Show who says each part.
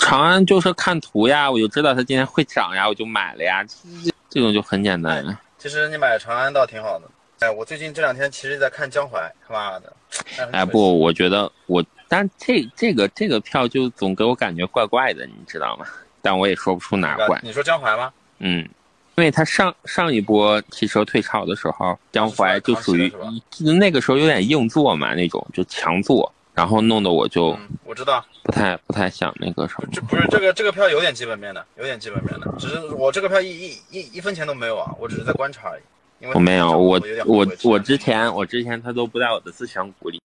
Speaker 1: 长安就是看图呀，我就知道它今天会涨呀，我就买了呀，这这种就很简单呀。
Speaker 2: 其实你买长安倒挺好的。哎，我最近这两天其实在看江淮，他妈的！
Speaker 1: 哎，不，我觉得我，但这这个这个票就总给我感觉怪怪的，你知道吗？但我也说不出哪
Speaker 2: 那个
Speaker 1: 怪。
Speaker 2: 你说江淮吗？
Speaker 1: 嗯，因为它上上一波汽车退潮的时候，江淮就属于
Speaker 2: 是吧
Speaker 1: 那个时候有点硬座嘛，那种就强坐，然后弄得我就
Speaker 2: 嗯，我知道，
Speaker 1: 不太不太想那个什么。
Speaker 2: 这不是这个这个票有点基本面的，有点基本面的，只是我这个票一一一一分钱都没有啊，我只是在观察而已。因为
Speaker 1: 我没有，我
Speaker 2: 有点后
Speaker 1: 我
Speaker 2: 悔
Speaker 1: 我之前我之前它都不在我的自选股里，